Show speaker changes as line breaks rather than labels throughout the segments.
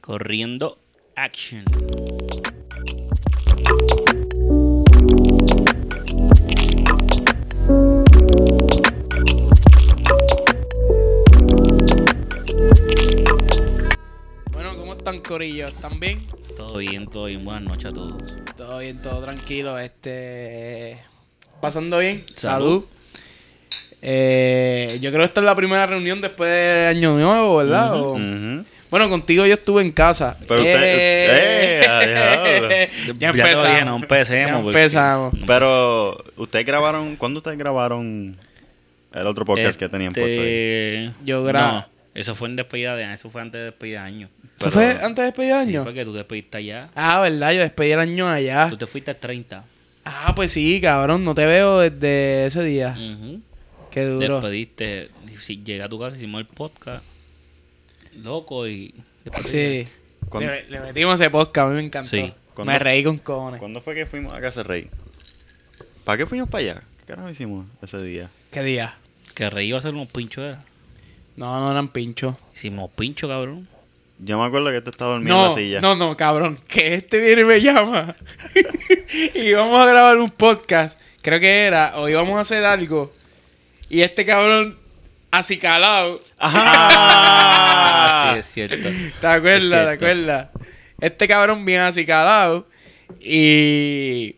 Corriendo Action.
Bueno, ¿cómo están, Corillo? ¿Están bien?
Todo bien, todo bien. Buenas noches a todos.
Todo bien, todo tranquilo. Este. Pasando bien.
Salud.
Salud. Eh, yo creo que esta es la primera reunión después de Año Nuevo, ¿verdad? O-
Ujú. Mm.
Bueno, contigo yo estuve en casa.
Pero usted- ¡Eh! ¡Eh!
ya
te lo
empezamos.
dije, no empecemos,
Ya
porque-
empezamos.
Pero, ¿ustedes grabaron? ¿Cuándo ustedes grabaron el otro podcast que tenían puesto ahí?
Este,
Yo grabo.
No, eso fue en despedida de año. Eso fue antes de despedida de año.
¿Eso
pero-
fue antes de despedir el
Sí,
año?
porque tú te despediste allá.
Ah, ¿verdad? Yo despedí el año allá.
Tú te fuiste al 30.
Ah, pues sí, cabrón. No te veo desde ese día.
Ujú.
Qué duro.
Despediste. Si llega a tu casa, hicimos el podcast. Loco y. después
Sí.
¿Cuándo,
Le, le metimos ese podcast, a mí me encantó.
Sí.
¿Cuándo-
Me reí con cojones.
cuándo fue que fuimos a Casa del Rey? ¿Para qué fuimos para allá? ¿Qué carajo hicimos ese día?
¿Qué día?
Que reí iba a hacer unos pinchos, era.
No, no eran pinchos.
Hicimos pinchos, cabrón.
Yo me acuerdo que te estaba durmiendo en
No,
la silla.
no, no, cabrón. Que este viene y me llama. y vamos a grabar un podcast. Creo que era. O íbamos a hacer algo. Y este cabrón, así calado.
¡Ajá! Ah.
sí, es cierto.
¿Te acuerdas? ¿Te
Es cierto.
acuerdas? Este cabrón bien así calado. Y.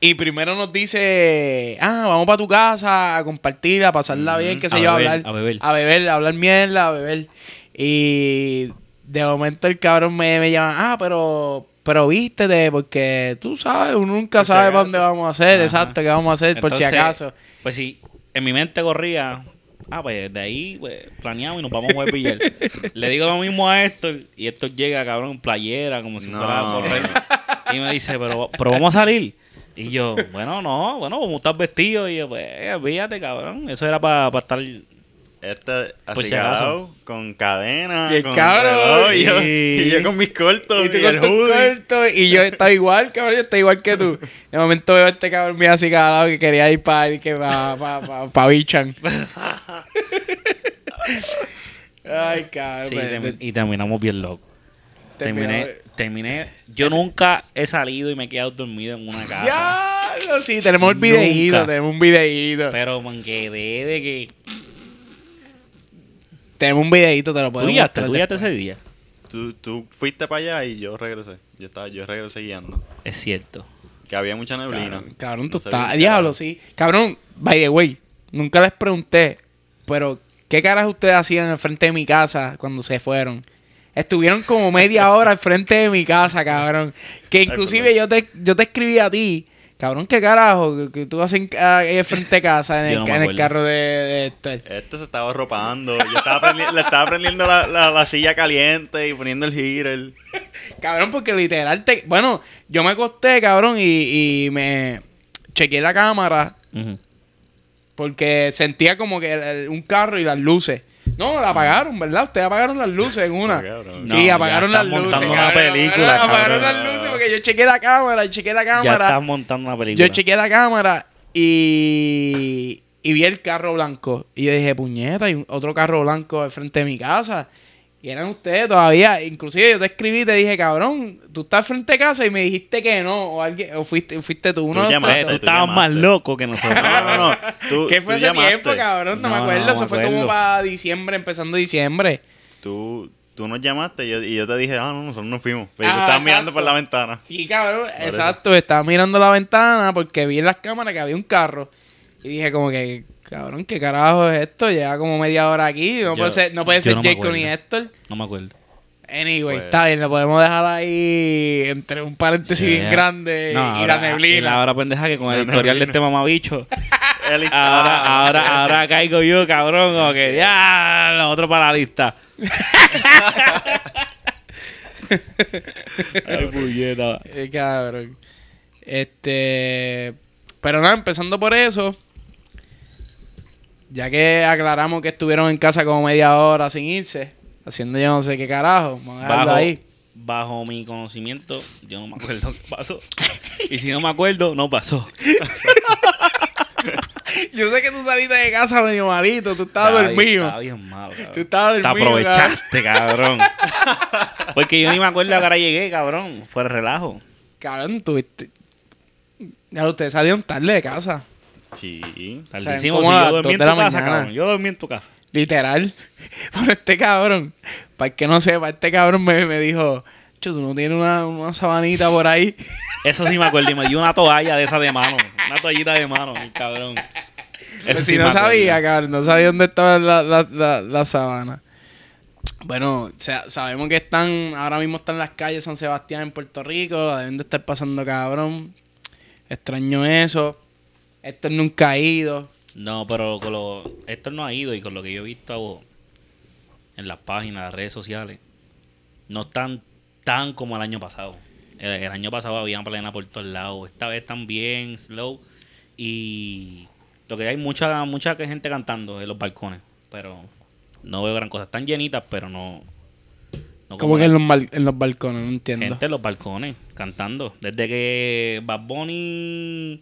Y primero nos dice, ah, vamos para tu casa a compartir, a pasarla bien, qué sé
a
yo,
beber,
a hablar.
a beber.
A beber, a hablar mierda, a beber. Y de momento el cabrón me, me llama, ah, pero, pero vístete, porque tú sabes, uno nunca
Por si
sabe para
acaso.
dónde vamos a hacer,
Ajá.
exacto, qué vamos a hacer, por si
Entonces,
acaso.
Pues sí, en mi mente corría. Ah, pues de ahí pues, planeamos y nos vamos a jugar billar. Le digo lo mismo a Héctor y Héctor llega, cabrón, en playera, como si
No.
fuera a correr. Y me dice, pero, pero vamos a salir. Y yo, bueno, no, bueno, como estás vestido. Y yo, pues, fíjate, cabrón. Eso era para estar.
Este
Por
así
si acaso.
calado, con cadena,
Y el
con
cabrón,
reloj, y, yo,
y-
y yo con mis cortos
Y
y,
tú
el
con tu
hoodie.
corto, y yo estaba igual, cabrón, yo estaba igual que tú. De momento veo a este cabrón mío así cada lado que quería ir para que pa, pa, pa, pa Bichan. Ay, cabrón.
Sí,
pues,
termi-
te-
y terminamos bien locos. Terminé,
terminaba-
terminé. Yo nunca he salido y me he quedado dormido en una casa.
Diablo, sí, tenemos el videíto,
Nunca.
tenemos un videíto.
Pero man, quedé de que.
Tenemos un videíto, te lo puedo
Tú guiaste,
mostrar
tú guiaste
después.
ese día.
Tú, tú fuiste para allá y yo regresé. Yo estaba, yo regresé guiando.
Es cierto.
Que había mucha neblina.
Cabrón, cabrón, tú
No sabía
estás.
qué
Diablo,
carajo.
sí. Cabrón, by the way, nunca les pregunté, pero ¿qué caras ustedes hacían al frente de mi casa cuando se fueron? Estuvieron como media hora al frente de mi casa, cabrón. Que inclusive yo te, yo te escribí a ti. Cabrón, ¿qué carajo? que- que tú haces en ca- ahí al frente de casa
Yo
en el,
no
ca-
me
en el
acuerdo.
carro de, de Héctor?
Este se estaba ropando. Yo estaba prendi- le estaba prendiendo la, la- la silla caliente y poniendo el heater.
Cabrón, porque literal te... Bueno, yo me acosté, cabrón, y, y me... Chequeé la cámara
Ujú.
Porque sentía como que el- el- un carro y las luces. No, la apagaron, ¿verdad? Ustedes apagaron las luces en una.
Apagaron.
Sí,
No,
apagaron
ya
las
están
luces.
montando
cabrón,
una película,
Apagaron, apagaron
cabrón.
las luces porque yo chequé la cámara, chequé la
Ya
cámara.
estás montando una película.
Yo chequé la cámara y, y vi el carro blanco. Y yo dije, puñeta, hay un- otro carro blanco al frente de mi casa. Y eran ustedes todavía. Inclusive yo te escribí y te dije, cabrón, tú estás frente de casa y me dijiste que no. O alguien, o fuiste, fuiste tú, uno de
Pues,
llamaste,
ustedes
tú
dos.
tú
estabas más
llamaste.
loco que nosotros.
No, no, no. Tú,
¿Qué fue
tú
ese
llamaste.
tiempo, cabrón? No, me
No,
acuerdo.
no,
Eso
me
fue como
acuerdo.
para diciembre, empezando diciembre.
Tú, tú nos llamaste y yo, y yo te dije, ah, no, nosotros nos fuimos. Pero
Ah,
tú estabas mirando
exacto.
por la ventana.
Sí, cabrón.
eso.
Exacto. Estaba mirando la ventana porque vi en las cámaras que había un carro. Y dije como que, cabrón, ¿qué carajo es esto? Lleva como media hora aquí. No
Yo-
puede ser, no puede
yo
ser
no me
Jacob ni
acuerdo.
Héctor.
No me acuerdo.
Anyway,
Pues-
está bien. Lo podemos dejar ahí entre un paréntesis
Sí.
bien grande
No,
y
ahora- ah,
la neblina.
Y la hora pendeja que con el
La
editorial de
neblina.
este mamabicho.
Él-
Ahora,
ah,
ahora, ahora caigo yo, cabrón. Como que ya, lo otro para la lista. Ay, puñeta.
Eh, cabrón. Este. Pero nada, empezando por eso. Ya que aclaramos que estuvieron en casa como media hora sin irse, haciendo yo no sé qué carajo. Vamos a dejarlo
Bajo,
ahí.
bajo mi conocimiento, yo no me acuerdo qué pasó. Y si no me acuerdo, no pasó.
Yo sé que tú saliste de casa medio malito, tú estabas
Está bien-
dormido.
Está bien malo, cabrón.
Tú estabas
Te
dormido,
aprovechaste, cabrón. Porque yo ni me acuerdo a qué hora llegué, cabrón. Fue relajo.
Cabrón, tuviste. Ya ustedes salieron tarde de casa.
Sí.
Tardísimo,
como
si
a
yo
las
dormí en tu
dos de la
casa,
mañana.
cabrón. Yo dormí en tu casa.
Literal. Pero este cabrón, para el que no sepa, este cabrón me, me dijo, "Chu, tú no tienes una, una sabanita por ahí.
Eso sí me acuerdo. Y me dio una toalla de esa de mano. Una toallita de mano, el cabrón.
Pues
Eso sí
si no
me acuerdo.
sabía, cabrón, no sabía dónde estaba la, la, la, la sabana. Bueno, o sea, sabemos que están, ahora mismo están las calles San Sebastián en Puerto Rico, la deben de estar pasando cabrón. Extraño eso. Esto nunca ha ido.
No, pero con lo, esto no ha ido y con lo que yo he visto en las páginas, las redes sociales, no están tan como el año pasado. El, el año pasado había plena por todos lados. Esta vez están bien slow y lo que hay mucha mucha que- gente cantando en los balcones, pero no veo gran cosa. Están llenitas, pero no. no
Como que
la-
en los, bal- en los balcones, no entiendo.
Gente en los balcones cantando. Desde que Bad Bunny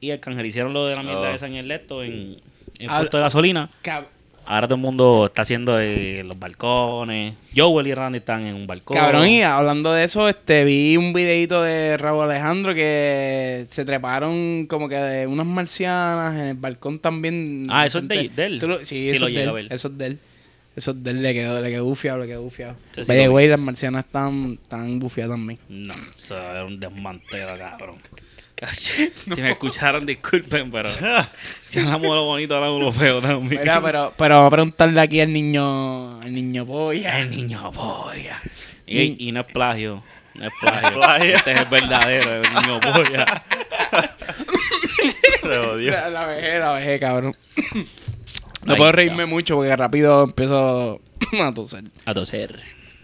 y Arcángel hicieron lo de la mierda
Ah.
de San Ernesto en, en
Al-
puesto de gasolina,
Cab-
ahora todo el mundo está haciendo de los balcones. Joel y Randy están en un balcón.
Cabrón, y hablando de eso, este vi un videito de Raúl Alejandro que se treparon como que de unas marcianas en el balcón también.
Ah, eso es de- de él.
Tú lo- sí,
Sí,
eso,
lo
es
llegué
de
a
él,
ver.
eso es de él. Eso es de él, le quedó, le quedó bufiado, le quedó bufiado.
Sí, sí,
By the
lo vi.
way, las marcianas están, están bufiadas también.
No, eso era un desmantelo, cabrón. si me escucharon, disculpen, pero si hablamos lo bonito, hablamos lo feo también.
Mira, pero, pero vamos a preguntarle aquí al niño, al niño polla.
El niño polla. Y, y no es plagio. No es plagio.
Plagio.
Este es el verdadero, el niño polla.
Te odio.
La, la vejé, la vejé, cabrón. No
Ahí
puedo
está.
reírme mucho porque rápido empiezo a toser.
A toser.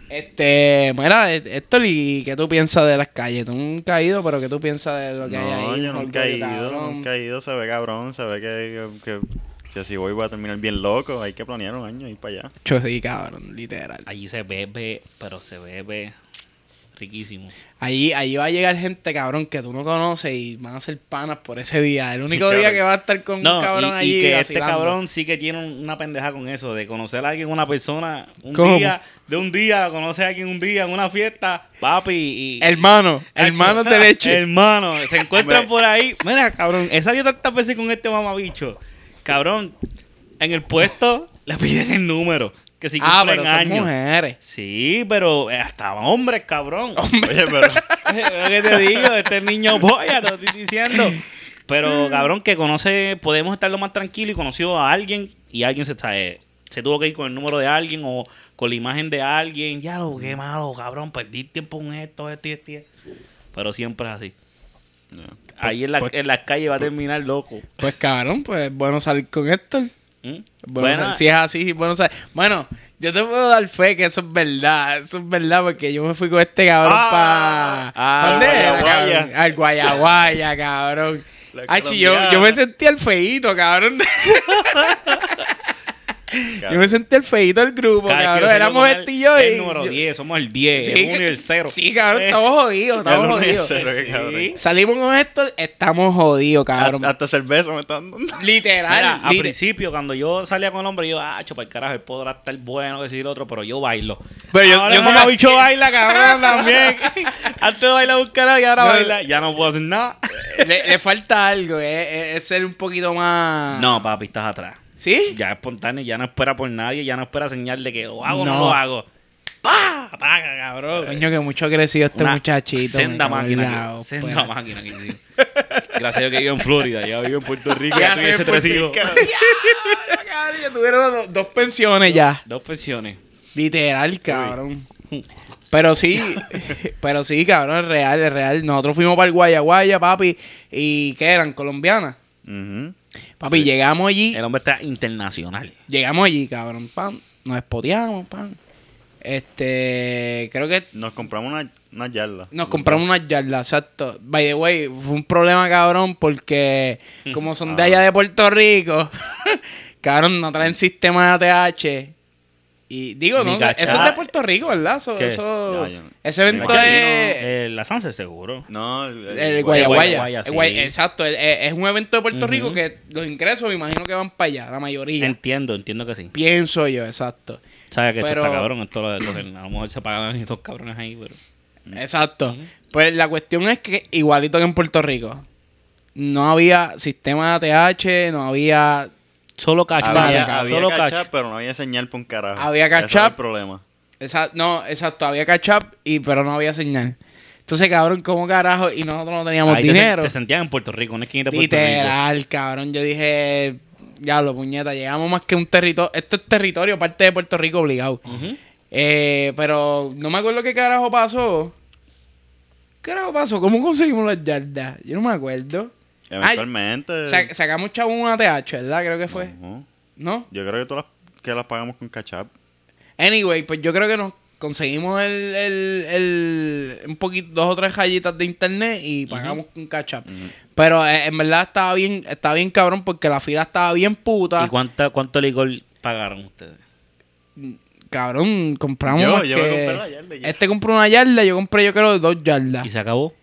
Este, mira, Héctor, ¿y qué tú piensas de las calles? Tú nunca has ido, pero ¿qué tú piensas de lo que hay
No,
ahí?
yo nunca he
Orgullo,
ido,
cabrón.
nunca he ido. Se ve cabrón, se ve que, que, que- que si voy voy a terminar bien loco. Hay que planear un año y ir para allá.
Yo sí, cabrón, literal.
Allí se bebe, pero se bebe riquísimo.
Allí, allí va a llegar gente, cabrón, que tú no conoces y van a ser panas por ese día. El único
Cabrón.
día que va a estar con
No,
un cabrón
y, y
allí.
que este
vacilando.
cabrón sí que tiene un- una pendeja con eso, de conocer a alguien, una persona, un
¿Cómo?
día, de un día, conocer a alguien un día en una fiesta, papi, y...
Hermano, hermano de leche.
Hermano, se encuentran
Hombre.
por ahí. Mira, cabrón, he salido tantas veces con este mamabicho. Cabrón, en el puesto le piden el número. Que si
ah,
cumplen
pero son
años.
mujeres.
Sí, pero eh, hasta hombres, cabrón.
Oye, pero
Lo que te digo, este niño polla, te lo estoy diciendo.
Mm.
Pero, cabrón, que conoce, podemos estar lo más tranquilo y conoció a alguien y alguien se está, eh, se tuvo que ir con el número de alguien o con la imagen de alguien. Ya lo
Mm.
que malo, cabrón, perdí tiempo en esto, esto y esto. y esto. Pero siempre es así. Ahí en la, en la calle va a terminar loco.
Pues cabrón, pues es bueno salir con Héctor.
¿Mm?
Bueno,
Bueno,
o sea, si es así, bueno, o sea, bueno, yo te puedo dar fe que eso es verdad, eso es verdad, porque yo me fui con este cabrón
Ah,
ah,
para
Guayaguaya.
al Guayaguaya, cabrón.
La
Ay, chi, yo, yo me
colombiana.
sentí el feíto, cabrón. yo me
cabrón,
sentí el feíto del grupo,
cada vez que yo
cabrón.
salgo
Éramos
con él,
este y yo.
El
y
número
yo-
10, somos el 10,
Sí,
el 1 y el 0.
Sí, cabrón, estamos jodidos,
el
estamos
uno y el
jodidos.
cero, qué cabrón.
Sí.
Salimos con esto, estamos jodidos, cabrón.
Hasta cerveza me están dando.
Mira,
Literal,
al
lite-
principio, cuando yo salía con el hombre, yo, ah, chupa el carajo, él podrá estar bueno, que si el otro, pero yo bailo.
Pero yo-
ahora
yo
como
soy-
bicho baila, cabrón, también. Antes bailaba un carajo y ahora
No.
baila. Ya no puedo hacer nada.
le, le falta algo, es, es- es ser un poquito más.
No, papi, estás atrás.
¿Sí?
Ya es espontáneo, ya no espera por nadie, ya no espera señal de que lo hago o no,
No.
lo hago. ¡Pah! ¡Ataca, cabrón!
Coño, que mucho ha crecido este
Una
muchachito. me
Senda
cago en pues.
máquina.
la
que- Senda
ópera.
máquina que sí. Gracias a Dios que vivo en Florida, ya vivo en Puerto Rico, ya,
Ya
tuve
sé,
ese
Puerto
tres hijos.
Ahora, cabrón, ya tuvieron do- dos pensiones ya.
Dos pensiones.
Literal, cabrón. Pero sí, pero sí, cabrón, es real, es real. Nosotros fuimos para el Guayaguaya, papi, y ¿qué eran? Colombianas.
Ujú.
Papi, llegamos allí,
El hombre está internacional.
llegamos allí, cabrón, pan, nos espoteamos, pan. Este, creo que
Nos compramos una, una yarda.
Nos compramos unas yardas, exacto. By the way, fue un problema cabrón porque como son de allá de Puerto Rico, cabrón, no traen sistema de ATH Y digo,
Ni
no,
cachar.
eso es de Puerto Rico, ¿verdad? Eso,
¿Qué?
eso-
No, yo no.
Ese evento
Guayabino,
es...
Eh, la Sanse seguro.
No, eh, el,
El
Guayaguaya,
Guayaguaya.
sí.
El Guay- Exacto, el- eh, es un evento de Puerto
Ujú.
Rico que los ingresos me imagino que van para allá, la mayoría.
Entiendo, entiendo que sí.
Pienso yo, exacto.
Sabes que
Pero-
esto está cabrón, esto lo, lo que a lo mejor se pagan estos cabrones ahí, pero Mm.
Exacto. Pues la cuestión es que, igualito que en Puerto Rico, no había sistema de ATH, no había.
solo cash,
había,
dale,
había
solo
catch
cash.
up, pero no había señal por un carajo.
Había
Ese era
catch up.
el problema.
esa- no, exacto, había catch up, y, pero no había señal. Entonces, cabrón, ¿cómo carajo? Y nosotros no teníamos
Ahí te,
dinero.
sen- te sentías en Puerto Rico, una esquinita de Puerto Rico.
Literal, cabrón. Yo dije, ya lo puñeta, llegamos más que un territorio. Este es territorio, parte de Puerto Rico, obligado.
Ujú.
Eh, pero no me acuerdo qué carajo pasó. ¿Qué carajo pasó? ¿Cómo conseguimos las yardas? Yo no me acuerdo.
Eventualmente.
Sa- sacamos chavo un ATH, ¿verdad? Creo que fue.
Ujú.
¿No?
Yo creo que todas las que las pagamos con catch up.
Anyway, pues yo creo que nos conseguimos el, el, el- un poquito, dos o tres rayitas de internet y pagamos un catch up. Pero eh, en verdad estaba bien, estaba bien cabrón porque la fila estaba bien puta.
¿Y cuánta, cuánto licor pagaron ustedes?
Cabrón, compramos
Yo-
más
yo me
que...
compré la yarda y ya.
Este compró una yarda, yo compré yo creo dos yardas.
¿Y se acabó?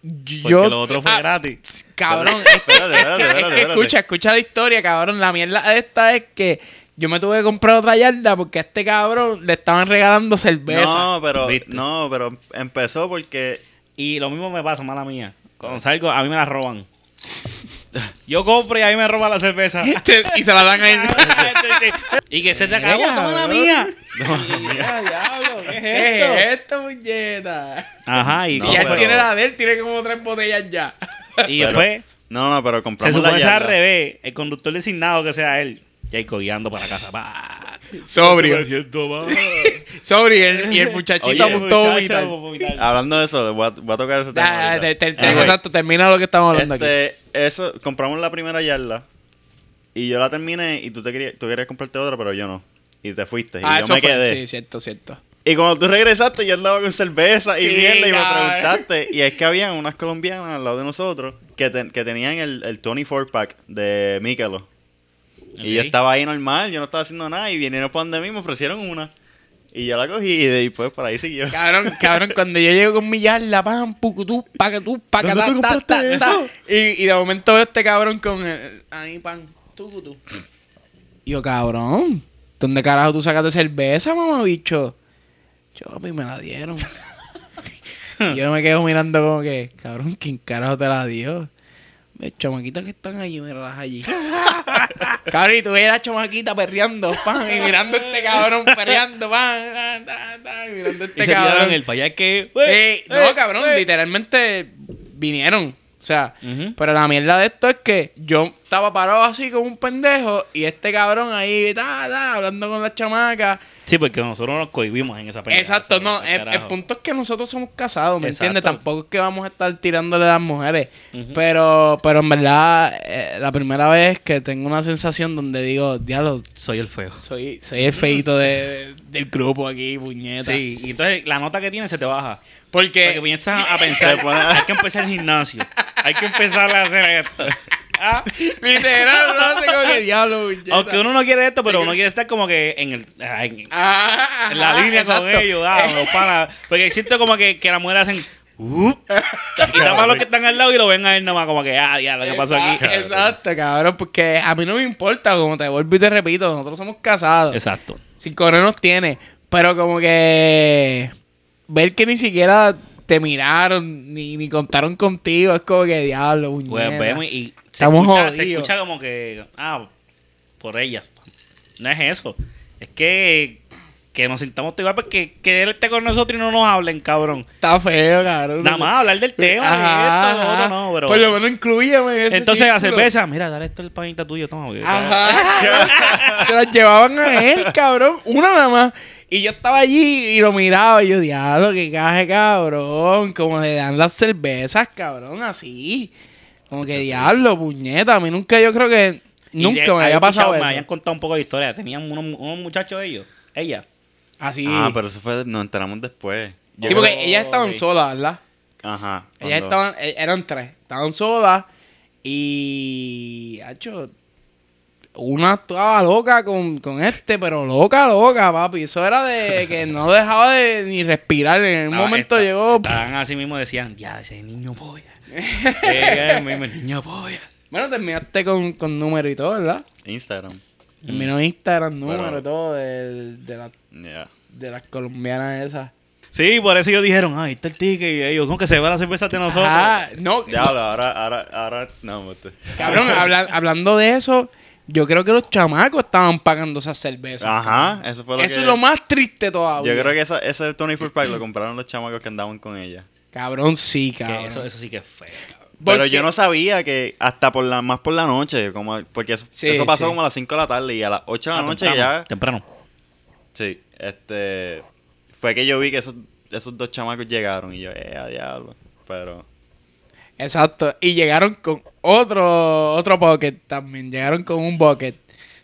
Porque
Yo...
lo otro fue
Ah,
gratis.
Cabrón, es que-
Espérate, espérate,
es que
espérate, espérate.
escucha, escucha la historia, cabrón. La mierda esta es que yo me tuve que comprar otra yarda porque a este cabrón le estaban regalando cerveza.
No, pero
¿Viste?
no, pero empezó porque
Y lo mismo me pasa, mala mía. Cuando salgo, a mí me la roban. Yo compro y a mí me roban la cerveza.
Este- y se la dan a él.
y que se te
Mira,
acabó, toma la
cabrón.
mía.
Ah, diablo, ¿Qué
¿Qué es
es esto, puñeta?
Ajá, y,
No,
y ya él
pero-
tiene la de él, tiene como tres botellas ya.
y
pero-
después
No, no, pero
se
compramos
supone
la
que sea al
yarda.
revés. El conductor designado que sea él. Y ahí cogueando para casa. pa.
Sobrio.
siento mal.
Sobrio. Y el, y el muchachito
Oye,
apuntó a vomitar.
Hablando de eso, voy a, voy a tocar ese tema.
Ya,
ahorita.
te-
Ah,
te- te-
Anyway,
Exacto, termina lo que estamos hablando aquí.
este, eso, compramos la primera yarda y yo la terminé y tú te querías, tú querías comprarte otra, pero yo no. Y te fuiste. Y
Ah,
yo
eso
me
fue.
quedé.
Sí, cierto, cierto.
Y cuando tú regresaste, yo andaba con cerveza y
Sí,
mierda y
cabrón.
me preguntaste. Y es que habían unas colombianas al lado de nosotros que, ten- que tenían el, el 24 pack de Michelob. Y yo estaba ahí normal, yo no estaba haciendo nada y vinieron para donde mí me ofrecieron una. Y yo la cogí y después por ahí siguió.
Cabrón, cabrón, cuando yo llego con mi yarda, pam, pucutú, pacatú, pacatá,
¿Dónde tú
ta, ta,
compraste
ta.
eso?
Y, y de momento veo a este cabrón con el, ahí, pan, tucutú. Y yo, cabrón, ¿dónde carajo tú sacaste cerveza, mamá, bicho? Yo, papi, me la dieron. Y yo me quedo mirando como que, cabrón, ¿quién carajo te la dio? Las chamaquitas que están allí, míralas allí. cabrón, y tú ves a la chamaquita perreando, pan, y mirando a este cabrón perreando, pan, tan, tan, tan, y mirando a este
Y se
cabrón.
tiraron el payá que.
Eh,
pues,
no, cabrón, literalmente vinieron. O sea,
Ujú.
pero la mierda de esto es que yo estaba parado así como un pendejo y este cabrón ahí, ta, ta, hablando con la chamaca.
Sí, porque nosotros nos cohibimos en esa pelea.
Exacto, no,
¿sabes?
el, el
Carajo.
punto es que nosotros somos casados, ¿me
Exacto.
entiendes? Tampoco es que vamos a estar tirándole a las mujeres.
Ujú.
pero, pero en verdad, eh, la primera vez que tengo una sensación donde digo, diablo,
Soy el feo.
soy, soy el feito de, del grupo aquí, puñeta.
Sí, y entonces la nota que tiene se te baja. Porque
Porque
comienzas a pensar, hay que empezar el gimnasio. Hay que empezar a hacer esto. Ah,
Literal, no sé cómo que diablo, puñeta.
Aunque uno no quiere esto, pero uno quiere estar como que en, el, ah, en,
Ah,
en la
ajá,
línea con
exacto.
ellos. ah, los panas. Porque siento como que, que las mujeres hacen. "Up", y tapan los que están al lado y lo ven a él nomás, como que, ah, ya, lo que pasó aquí.
Exacto, Exacto, cabrón, porque a mí no me importa, como te vuelvo y te repito, nosotros somos casados.
Exacto.
Cinco nos tiene, pero como que ver que ni siquiera te miraron ni, ni contaron contigo, es como que diablo,
Pues
puñeta.
vemos y se
Estamos
escucha, se
jodidos.
escucha como que, ah, por ellas. pa. No es eso. Es que, que nos sintamos todos igual porque que él esté con nosotros y no nos hablen, cabrón.
Está feo, cabrón.
Nada más hablar del tema,
Ajá,
de esto, de lo
ajá.
otro, no, pero.
Por lo menos incluyeme en ese
Entonces la
círculo.
cerveza, mira, dale esto el panita tuyo, toma. güey.
Ajá. Se las llevaban a él, cabrón. Una nada más. Y yo estaba allí y lo miraba. Y yo, diablo, qué caje, cabrón. Como le dan las cervezas, cabrón, así. Como que diablo, puñeta. A mí nunca, yo creo que.
Y
Nunca
de-
me había
había
pasado
escuchado,
eso.
Me habían contado un poco de historia. Tenían unos, unos muchachos ellos, ella.
Así.
Ah, pero eso fue, nos enteramos después. Yo
sí,
creo-
porque ellas estaban
Ok.
solas, ¿verdad?
Ajá.
Ellas
cuando-
estaban, eh, e- eran tres, estaban solas y. Hacho, una estaba loca con, con este, pero loca, loca, papi. Eso era de que no dejaba de ni respirar. En un
Estaba-
momento
esta-
llegó.
Estaban así mismo decían, ya, ese niño polla. Ella mismo, niño polla.
Bueno, terminaste con, con número y todo, ¿verdad?
Instagram.
Terminó Instagram, número
Mm. Pero-
y todo del- de, la-
Ya.
de las colombianas esas.
Sí, por eso ellos dijeron, ay, está el ticket. Y ellos, ¿cómo que se va la cerveza de nosotros?
Ah, no,
Ya, ahora, ahora, ahora. No, este.
cabrón, habla- hablando de eso, yo creo que los chamacos estaban pagando esas cervezas.
Ajá, eso fue lo que.
Eso es lo más triste todavía.
Yo creo que esa, ese Tony Ford Pack lo compraron los chamacos que andaban con ella.
Cabrón, sí,
Que
cabrón.
eso, eso sí que es feo. cabrón.
Pero
Porque-
yo no sabía que hasta por la, más por la noche, como porque eso,
Sí,
eso
sí.
pasó como a las 5 de la tarde y a las 8 de la
Ah,
noche
temprano,
ya.
Temprano.
Sí, este. Fue que yo vi que esos, esos dos chamacos llegaron y yo, eh, a diablo. Pero.
Exacto. Y llegaron con otro, otro bucket también. Llegaron con un bucket.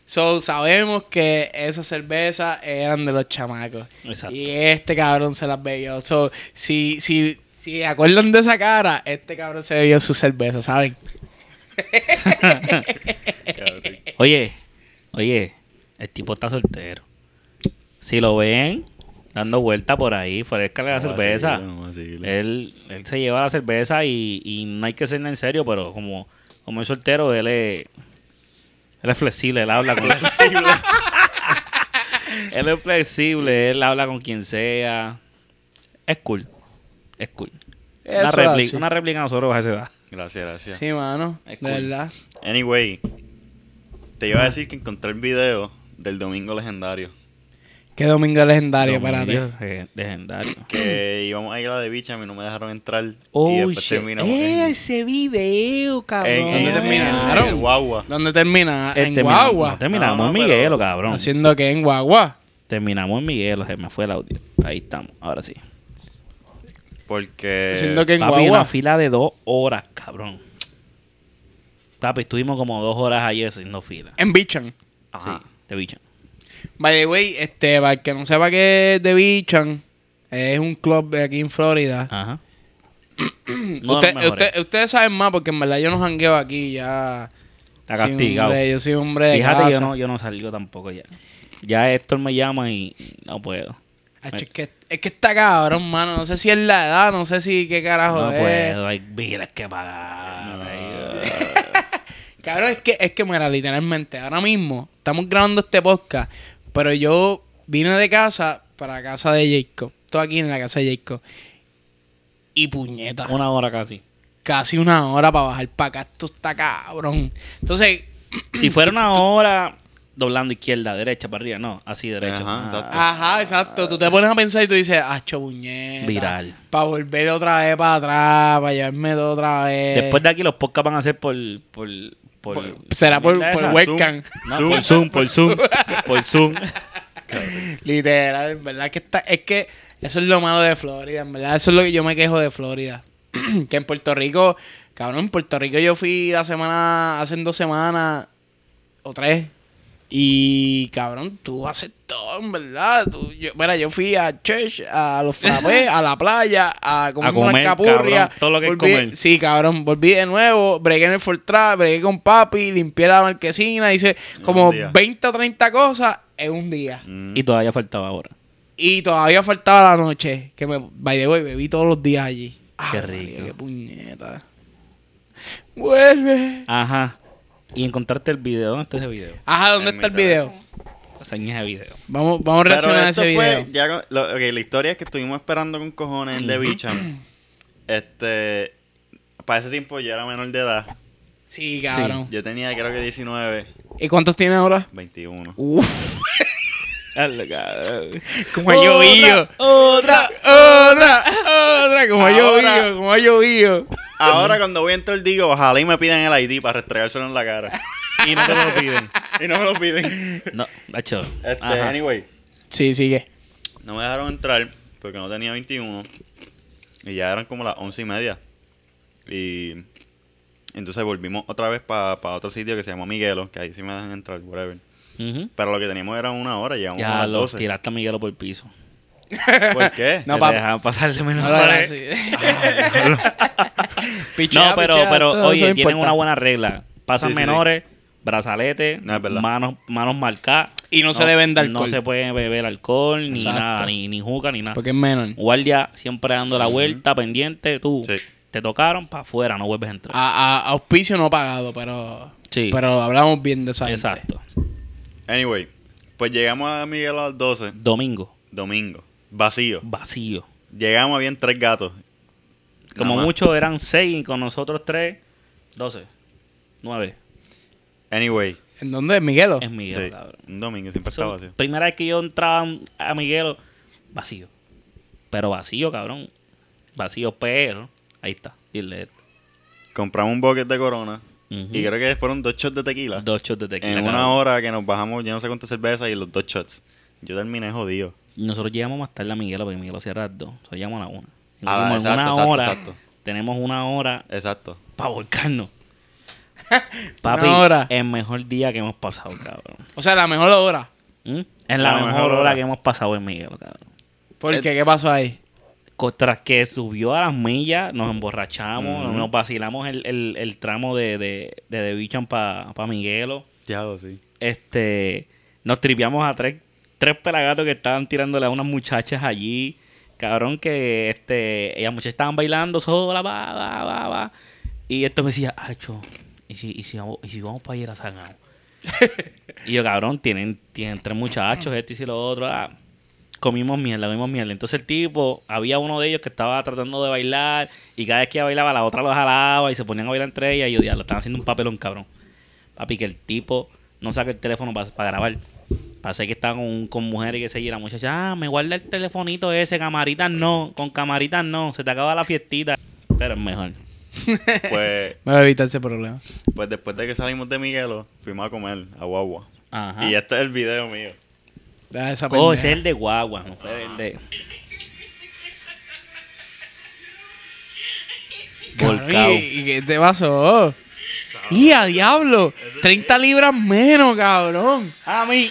So, sabemos que esas cervezas eran de los chamacos.
Exacto.
Y este cabrón se las bebió. So, si, si, si acuerdan de esa cara, este cabrón se bebió su cerveza, ¿saben?
cabrón.
Oye, oye, el tipo está soltero. Si lo ven dando vuelta por ahí, frescale la
Vamos a
cerveza. Eh.
seguirle, vamos a seguirle.
Él, él se lleva la cerveza y, y no hay que ser en serio, pero como, como es soltero, él es, él es flexible, él habla con él es flexible, él habla con quien sea. Es cool. Es cool. Una
Eso
réplica,
así.
una réplica a nosotros a esa edad.
Gracias, gracias.
Sí, mano.
Es
De
cool.
verdad.
Anyway, te iba a decir que encontré el video del domingo legendario.
Qué domingo legendario, espérate.
Domingo, eh, Legendario.
Que íbamos a ir a la de bicha, a mí no me dejaron entrar. y
Oh,
después
shit.
terminamos en,
Ese video, cabrón.
en, en-
¿Dónde
en-
terminaron?
en Guagua.
¿Dónde termina?
Eh,
en
termina-
Guagua.
no, terminamos
Ah, No, no,
en
pero-
Miguelo, cabrón.
¿Haciendo qué? En Guagua.
Terminamos en Miguelo, se me fue el audio. Ahí estamos, ahora sí.
Porque.
Haciendo que en
Papi, una
Guagua.
fila de dos horas, cabrón. Papi, estuvimos como dos horas ayer haciendo fila.
En Bichan.
Ajá.
Sí, te bicho.
By the way, este, para el que no sepa que es de Bichan, es un club de aquí en Florida.
Ajá.
Usted-
mejores.
usted- ustedes saben más porque en verdad yo no jangueo aquí ya.
Está
Soy un
castigado.
hombre- yo soy un hombre de
Fíjate,
casa.
yo no, yo no salgo tampoco ya. Ya Héctor me llama y no puedo.
Ach, Ah, es, que, es que está cabrón, mano. No sé si es la edad, no sé si qué carajo
No
es.
puedo, hay vidas que pagar. Ay,
Cabrón, es que, es que, mira, literalmente, ahora mismo estamos grabando este podcast, pero yo vine de casa para casa de Jacob. Estoy aquí en la casa de Jacob. Y puñeta.
Una hora casi.
casi una hora para bajar para acá. Esto está cabrón. Entonces,
Si fuera una hora doblando izquierda, derecha, para arriba, no, así derecha.
Ajá,
Ah,
exacto.
ajá, exacto. Tú te pones a pensar y tú dices, hacho, puñeta.
Viral.
Para volver otra vez para atrás, para llevarme todo otra vez.
Después de aquí los podcasts van a ser por... por, por,
Será por,
mierda
por
esa.
webcam.
No,
pues,
por Zoom, por Zoom, por Zoom.
Literal, en verdad que está. Es que eso es lo malo de Florida, en verdad. Eso es lo que yo me quejo de Florida. que en Puerto Rico, cabrón, en Puerto Rico yo fui la semana, hace dos semanas o tres. Y cabrón, tú haces todo, en verdad. Tú- yo- mira, yo fui a church, a los frappés, a la playa, a comer,
A comer,
una capurria.
cabrón, todo lo que es
Volví-
comer.
Sí, cabrón, volví de nuevo, bregué en el Fortran, bregué con papi, limpié la marquesina, hice como
un día.
20 o 30 cosas en un día.
Mm.
Y todavía faltaba ahora.
Y todavía faltaba la noche, que me by the way, bebí todos los días allí.
Qué
Ah,
rico.
qué puñeta. Vuelve.
Ajá. Y encontrarte el video. ¿Dónde está ese video?
Ajá, ¿dónde
En
está el
mitad de-
video?
Señas de video.
Vamos, vamos a
Pero
reaccionar a
esto
ese
fue-
video.
ya con- lo- ok, la historia es que estuvimos esperando con cojones en The Bichan. Este. Para ese tiempo yo era menor de edad.
Sí, cabrón.
Yo tenía creo que 19,
¿Y cuántos tiene ahora?
21.
Uf. como ha
Otra,
llovido. Otra, otra, otra. Como ha
Ahora.
llovido, como ha llovido.
Ahora cuando voy a entrar digo, ojalá y me pidan el ID para restregárselo en la cara.
Y no te lo piden.
y no me lo piden.
No, Nacho.
Este,
Ajá.
anyway,
Sí, sigue.
no me dejaron entrar porque no tenía 21. Y ya eran como las 11 y media. Y entonces volvimos otra vez para otro sitio que se llama Miguelo, que ahí sí me dejan entrar, whatever.
Ujú.
Pero lo que teníamos era una hora, llegamos a
Ya
las
lo
12.
tiraste a Miguelo por el piso.
¿Por qué?
No,
No,
papi.
para dejaban pasar de menos
No,
horas. No, pero, pero oye, tienen una buena regla. Pasan
Sí, sí, sí.
menores, brazalete,
No, es verdad.
manos, manos marcadas.
Y no se le
No
vende alcohol.
se puede beber alcohol, ni
Exacto.
nada, ni, ni juca, ni nada.
Porque es menor.
Guardia siempre dando la vuelta, pendiente, tú.
Sí.
Te tocaron para afuera, no vuelves a entrar.
A, a- auspicio no pagado, pero.
Sí.
Pero hablamos bien de esa gente.
Exacto.
Anyway, pues llegamos a Miguel a las 12,
Domingo,
domingo, vacío.
vacío.
Llegamos habían tres gatos.
Como
Nada más.
muchos eran seis, y con nosotros tres, doce, nueve.
Anyway,
¿En dónde? ¿En Miguelo?
Es Miguel,
sí,
cabrón.
un domingo siempre
Eso,
está vacío.
Primera vez que yo entraba a Miguelo, vacío. Pero vacío, cabrón. Vacío, pero. Ahí está. Dile esto.
Compramos un bucket de corona
Ujú.
y creo que fueron dos shots de tequila.
Dos shots de tequila.
en una
cabrón.
hora que nos bajamos, yo no sé cuántas cervezas y los dos shots. Yo terminé jodido.
Nosotros llegamos más tarde a Miguelo, porque Miguelo cierra a las dos. Nosotros llegamos a la una. Y
Ah,
como
exacto,
en una
exacto,
hora,
exacto.
tenemos una hora
Exacto.
para volcarnos. Papi,
Una hora.
el mejor día que hemos pasado, cabrón.
O sea, la mejor hora.
¿Mm? Es la, mejor, hora. que hemos pasado en Miguelo, cabrón.
Porque,
Eh,
¿qué pasó ahí?
Co- Tras que subió a las millas, nos emborrachamos, nos vacilamos el, el- el tramo de, de, de The Bichan para Miguelo.
Diablo, sí.
Este, nos tripeamos a tres, tres pelagatos que estaban tirándole a unas muchachas allí. Cabrón, que este, ellas muchachas estaban bailando sola, va, va, va, va. Y esto me decía, acho, ¿y si, y si vamos, y si vamos para ir a Sagao? y yo, cabrón, tienen, tienen tres muchachos, esto y si lo otro. ah. Comimos mierda, comimos mierda. Entonces el tipo, había uno de ellos que estaba tratando de bailar y cada vez que ella bailaba la otra lo jalaba y se ponían a bailar entre ellas y yo, lo están haciendo un papelón, cabrón. Papi, que el tipo no saca el teléfono para grabar. Pasé que estaba con, con mujeres y que se y la muchacha, ah, me guarda el telefonito ese, camaritas no, con camaritas no, se te acaba la fiestita. Pero es mejor.
Pues,
Me voy a evitar ese problema.
pues después de que salimos de Miguelo, fuimos a comer a Guagua.
Ajá.
Y este es el video mío.
Ah, esa
Oh,
pendeja.
ese es el de guagua, no fue el de.
Cabrón,
Volcao.
¿Y, y qué te pasó? ¡Y a diablo! 30 libras menos, cabrón.
A mí.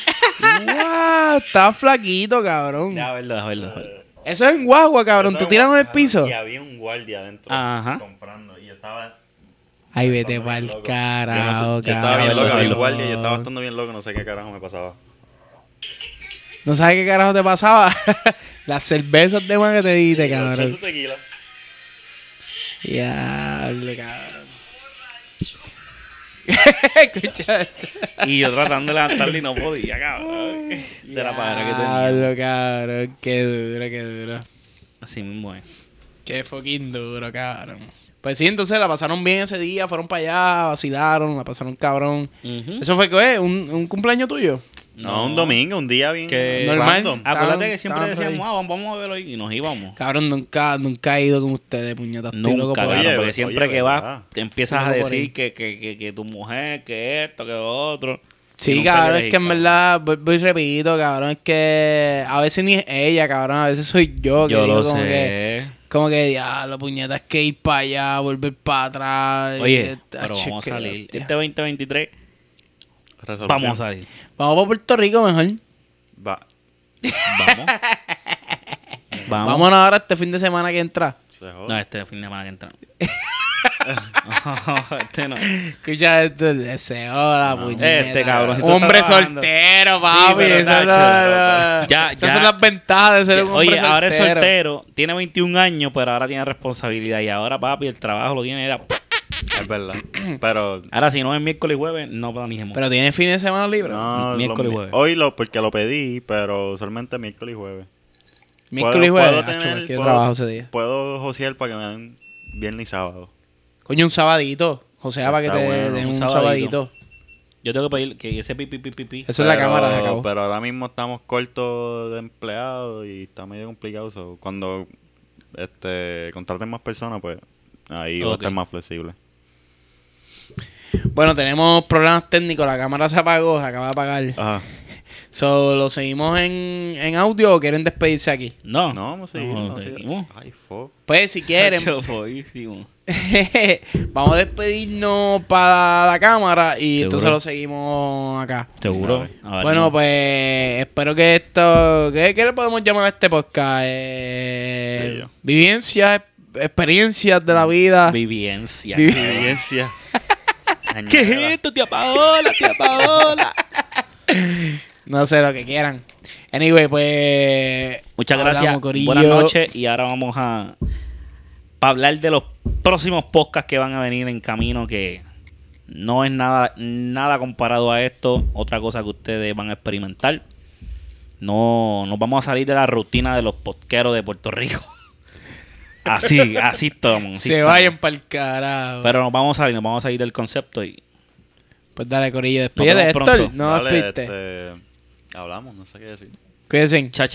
¡Guau! Estás flaquito, cabrón.
Ya, verlo, ya, verlo, ya, verlo.
Eso es en guagua, cabrón.
Eso
Tú
es
tiras en el
guagua,
piso.
Y había un guardia adentro
Ajá.
comprando. Y yo estaba.
Ay, vete
estaba
para
bien
el
loco. Yo,
carajo,
no sé- yo estaba bien
cabrón.
loco, había un
Loco.
guardia. Yo estaba estando bien loco, no sé qué carajo me pasaba.
¿No sabes qué carajo te pasaba? Las cervezas de más que te diste,
Los shots de
cabrón.
tequila.
Diablo, cabrón. Escucha esto.
Y yo tratando de levantarle y no podía, cabrón. De la padre que tenía.
Diablo, cabrón. Qué duro, qué duro.
Así mismo es.
Qué fucking duro, cabrón. Pues sí, entonces la pasaron bien ese día, fueron para allá, vacilaron, la pasaron cabrón.
Ujú.
¿Eso fue qué? ¿Un, un cumpleaños tuyo?
No, un domingo, un día bien.
Que-
Normal.
random.
Acuérdate
Estaban-
que siempre
estaban por
decíamos, ah, vamos- vamos a verlo hoy", y nos íbamos.
Cabrón, nunca, nunca he ido con ustedes, puñetas. Estoy loco
Nunca,
por
cabrón,
Oye,
porque siempre
oye,
que vas,
¿verdad?
te empiezas a
Estoy loco por
decir
ir.
que, que, que, que tu mujer, que esto, que lo otro. Y
Sí,
nunca
cabrón,
quieres
es
ir,
que en
cabrón.
verdad, voy, voy y repito, cabrón, es que a veces ni es ella, cabrón, a veces soy yo. Que
Yo
digo
lo
como Que,
sé.
como que, diablo, puñetas, que ir para allá, volver para atrás.
Oye,
y-
pero
Ache,
vamos a
eh, que-
salir.
tía.
Este 2023,
Resolución.
vamos a salir.
Vamos para Puerto Rico mejor.
Va.
Vamos. Vamos.
Vámonos ahora este fin de semana que entra.
Se
No,
joda.
este fin de semana que entra. No, este no.
Escucha esto, el deseo, la puñeta.
este cabrón, si tú
Hombre
estás trabajando.
soltero,
Sí,
papi.
pero
eso es
tacho,
la- la-
Ya,
esas
ya.
son las ventajas de ser un hombre
Oye,
soltero.
ahora es soltero, tiene 21 años, pero ahora tiene responsabilidad. Y ahora, papi, el trabajo lo tiene. era-
Es verdad. Pero.
Ahora, si no es miércoles y jueves, no planejemos.
Pero tiene fin de semana libre.
No,
Miércoles y
lo-
jueves.
hoy lo, porque lo pedí, pero solamente miércoles y jueves.
Miércoles y jueves.
tener-
acho, es que yo
puedo-
trabajo ese día.
Puedo josear para que me den viernes y sábado.
Coño, un sabadito. José, para que
Está
te
bueno,
den
un
un
sabadito.
sabadito.
Yo tengo que pedir que ese pipi, pipi, pipi.
Eso es la
Pero-
cámara, se acabó.
pues-
Pero ahora mismo estamos cortos de empleados y está medio complicado. so, cuando este, contraten más personas, pues ahí va a
Ok.
estar más flexible.
Bueno, tenemos problemas técnicos. La cámara se apagó, se acaba de apagar.
Ajá.
So, ¿Lo seguimos en, en audio o quieren despedirse aquí?
No.
No, vamos a seguir.
No,
vamos a seguir.
seguimos.
Ay, fuck.
Pues, si quieren,
Yo jodísimo.
vamos a despedirnos para la cámara y
Seguro.
entonces lo seguimos acá.
Seguro. A ver,
Bueno,
no.
pues espero que esto. ¿Qué, qué le podemos llamar a este podcast? Eh,
Sí, yo.
Mm,
vivencias, experiencias de la vida.
Vivencia.
Vivi-
Evidencia.
¿Qué es
Añádela.
esto, tía Paola, tía Paola?
No sé lo que quieran. Anyway, pues.
Muchas
hablamos,
gracias.
corillo.
Buenas noches. Y ahora vamos a para hablar de los próximos podcasts que van a venir en camino que no es nada, nada comparado a esto. Otra cosa que ustedes van a experimentar. No nos vamos a salir de la rutina de los podqueros de Puerto Rico. Así, así estamos. así
Se
estamos.
vayan para el carajo.
Pero nos vamos a salir, nos vamos a salir del concepto y
Pues dale, Corillo, despídete,
vemos
Héctor.
pronto.
No
Dale,
despiste.
este, hablamos, no sé qué decir.
Cuídense.
cha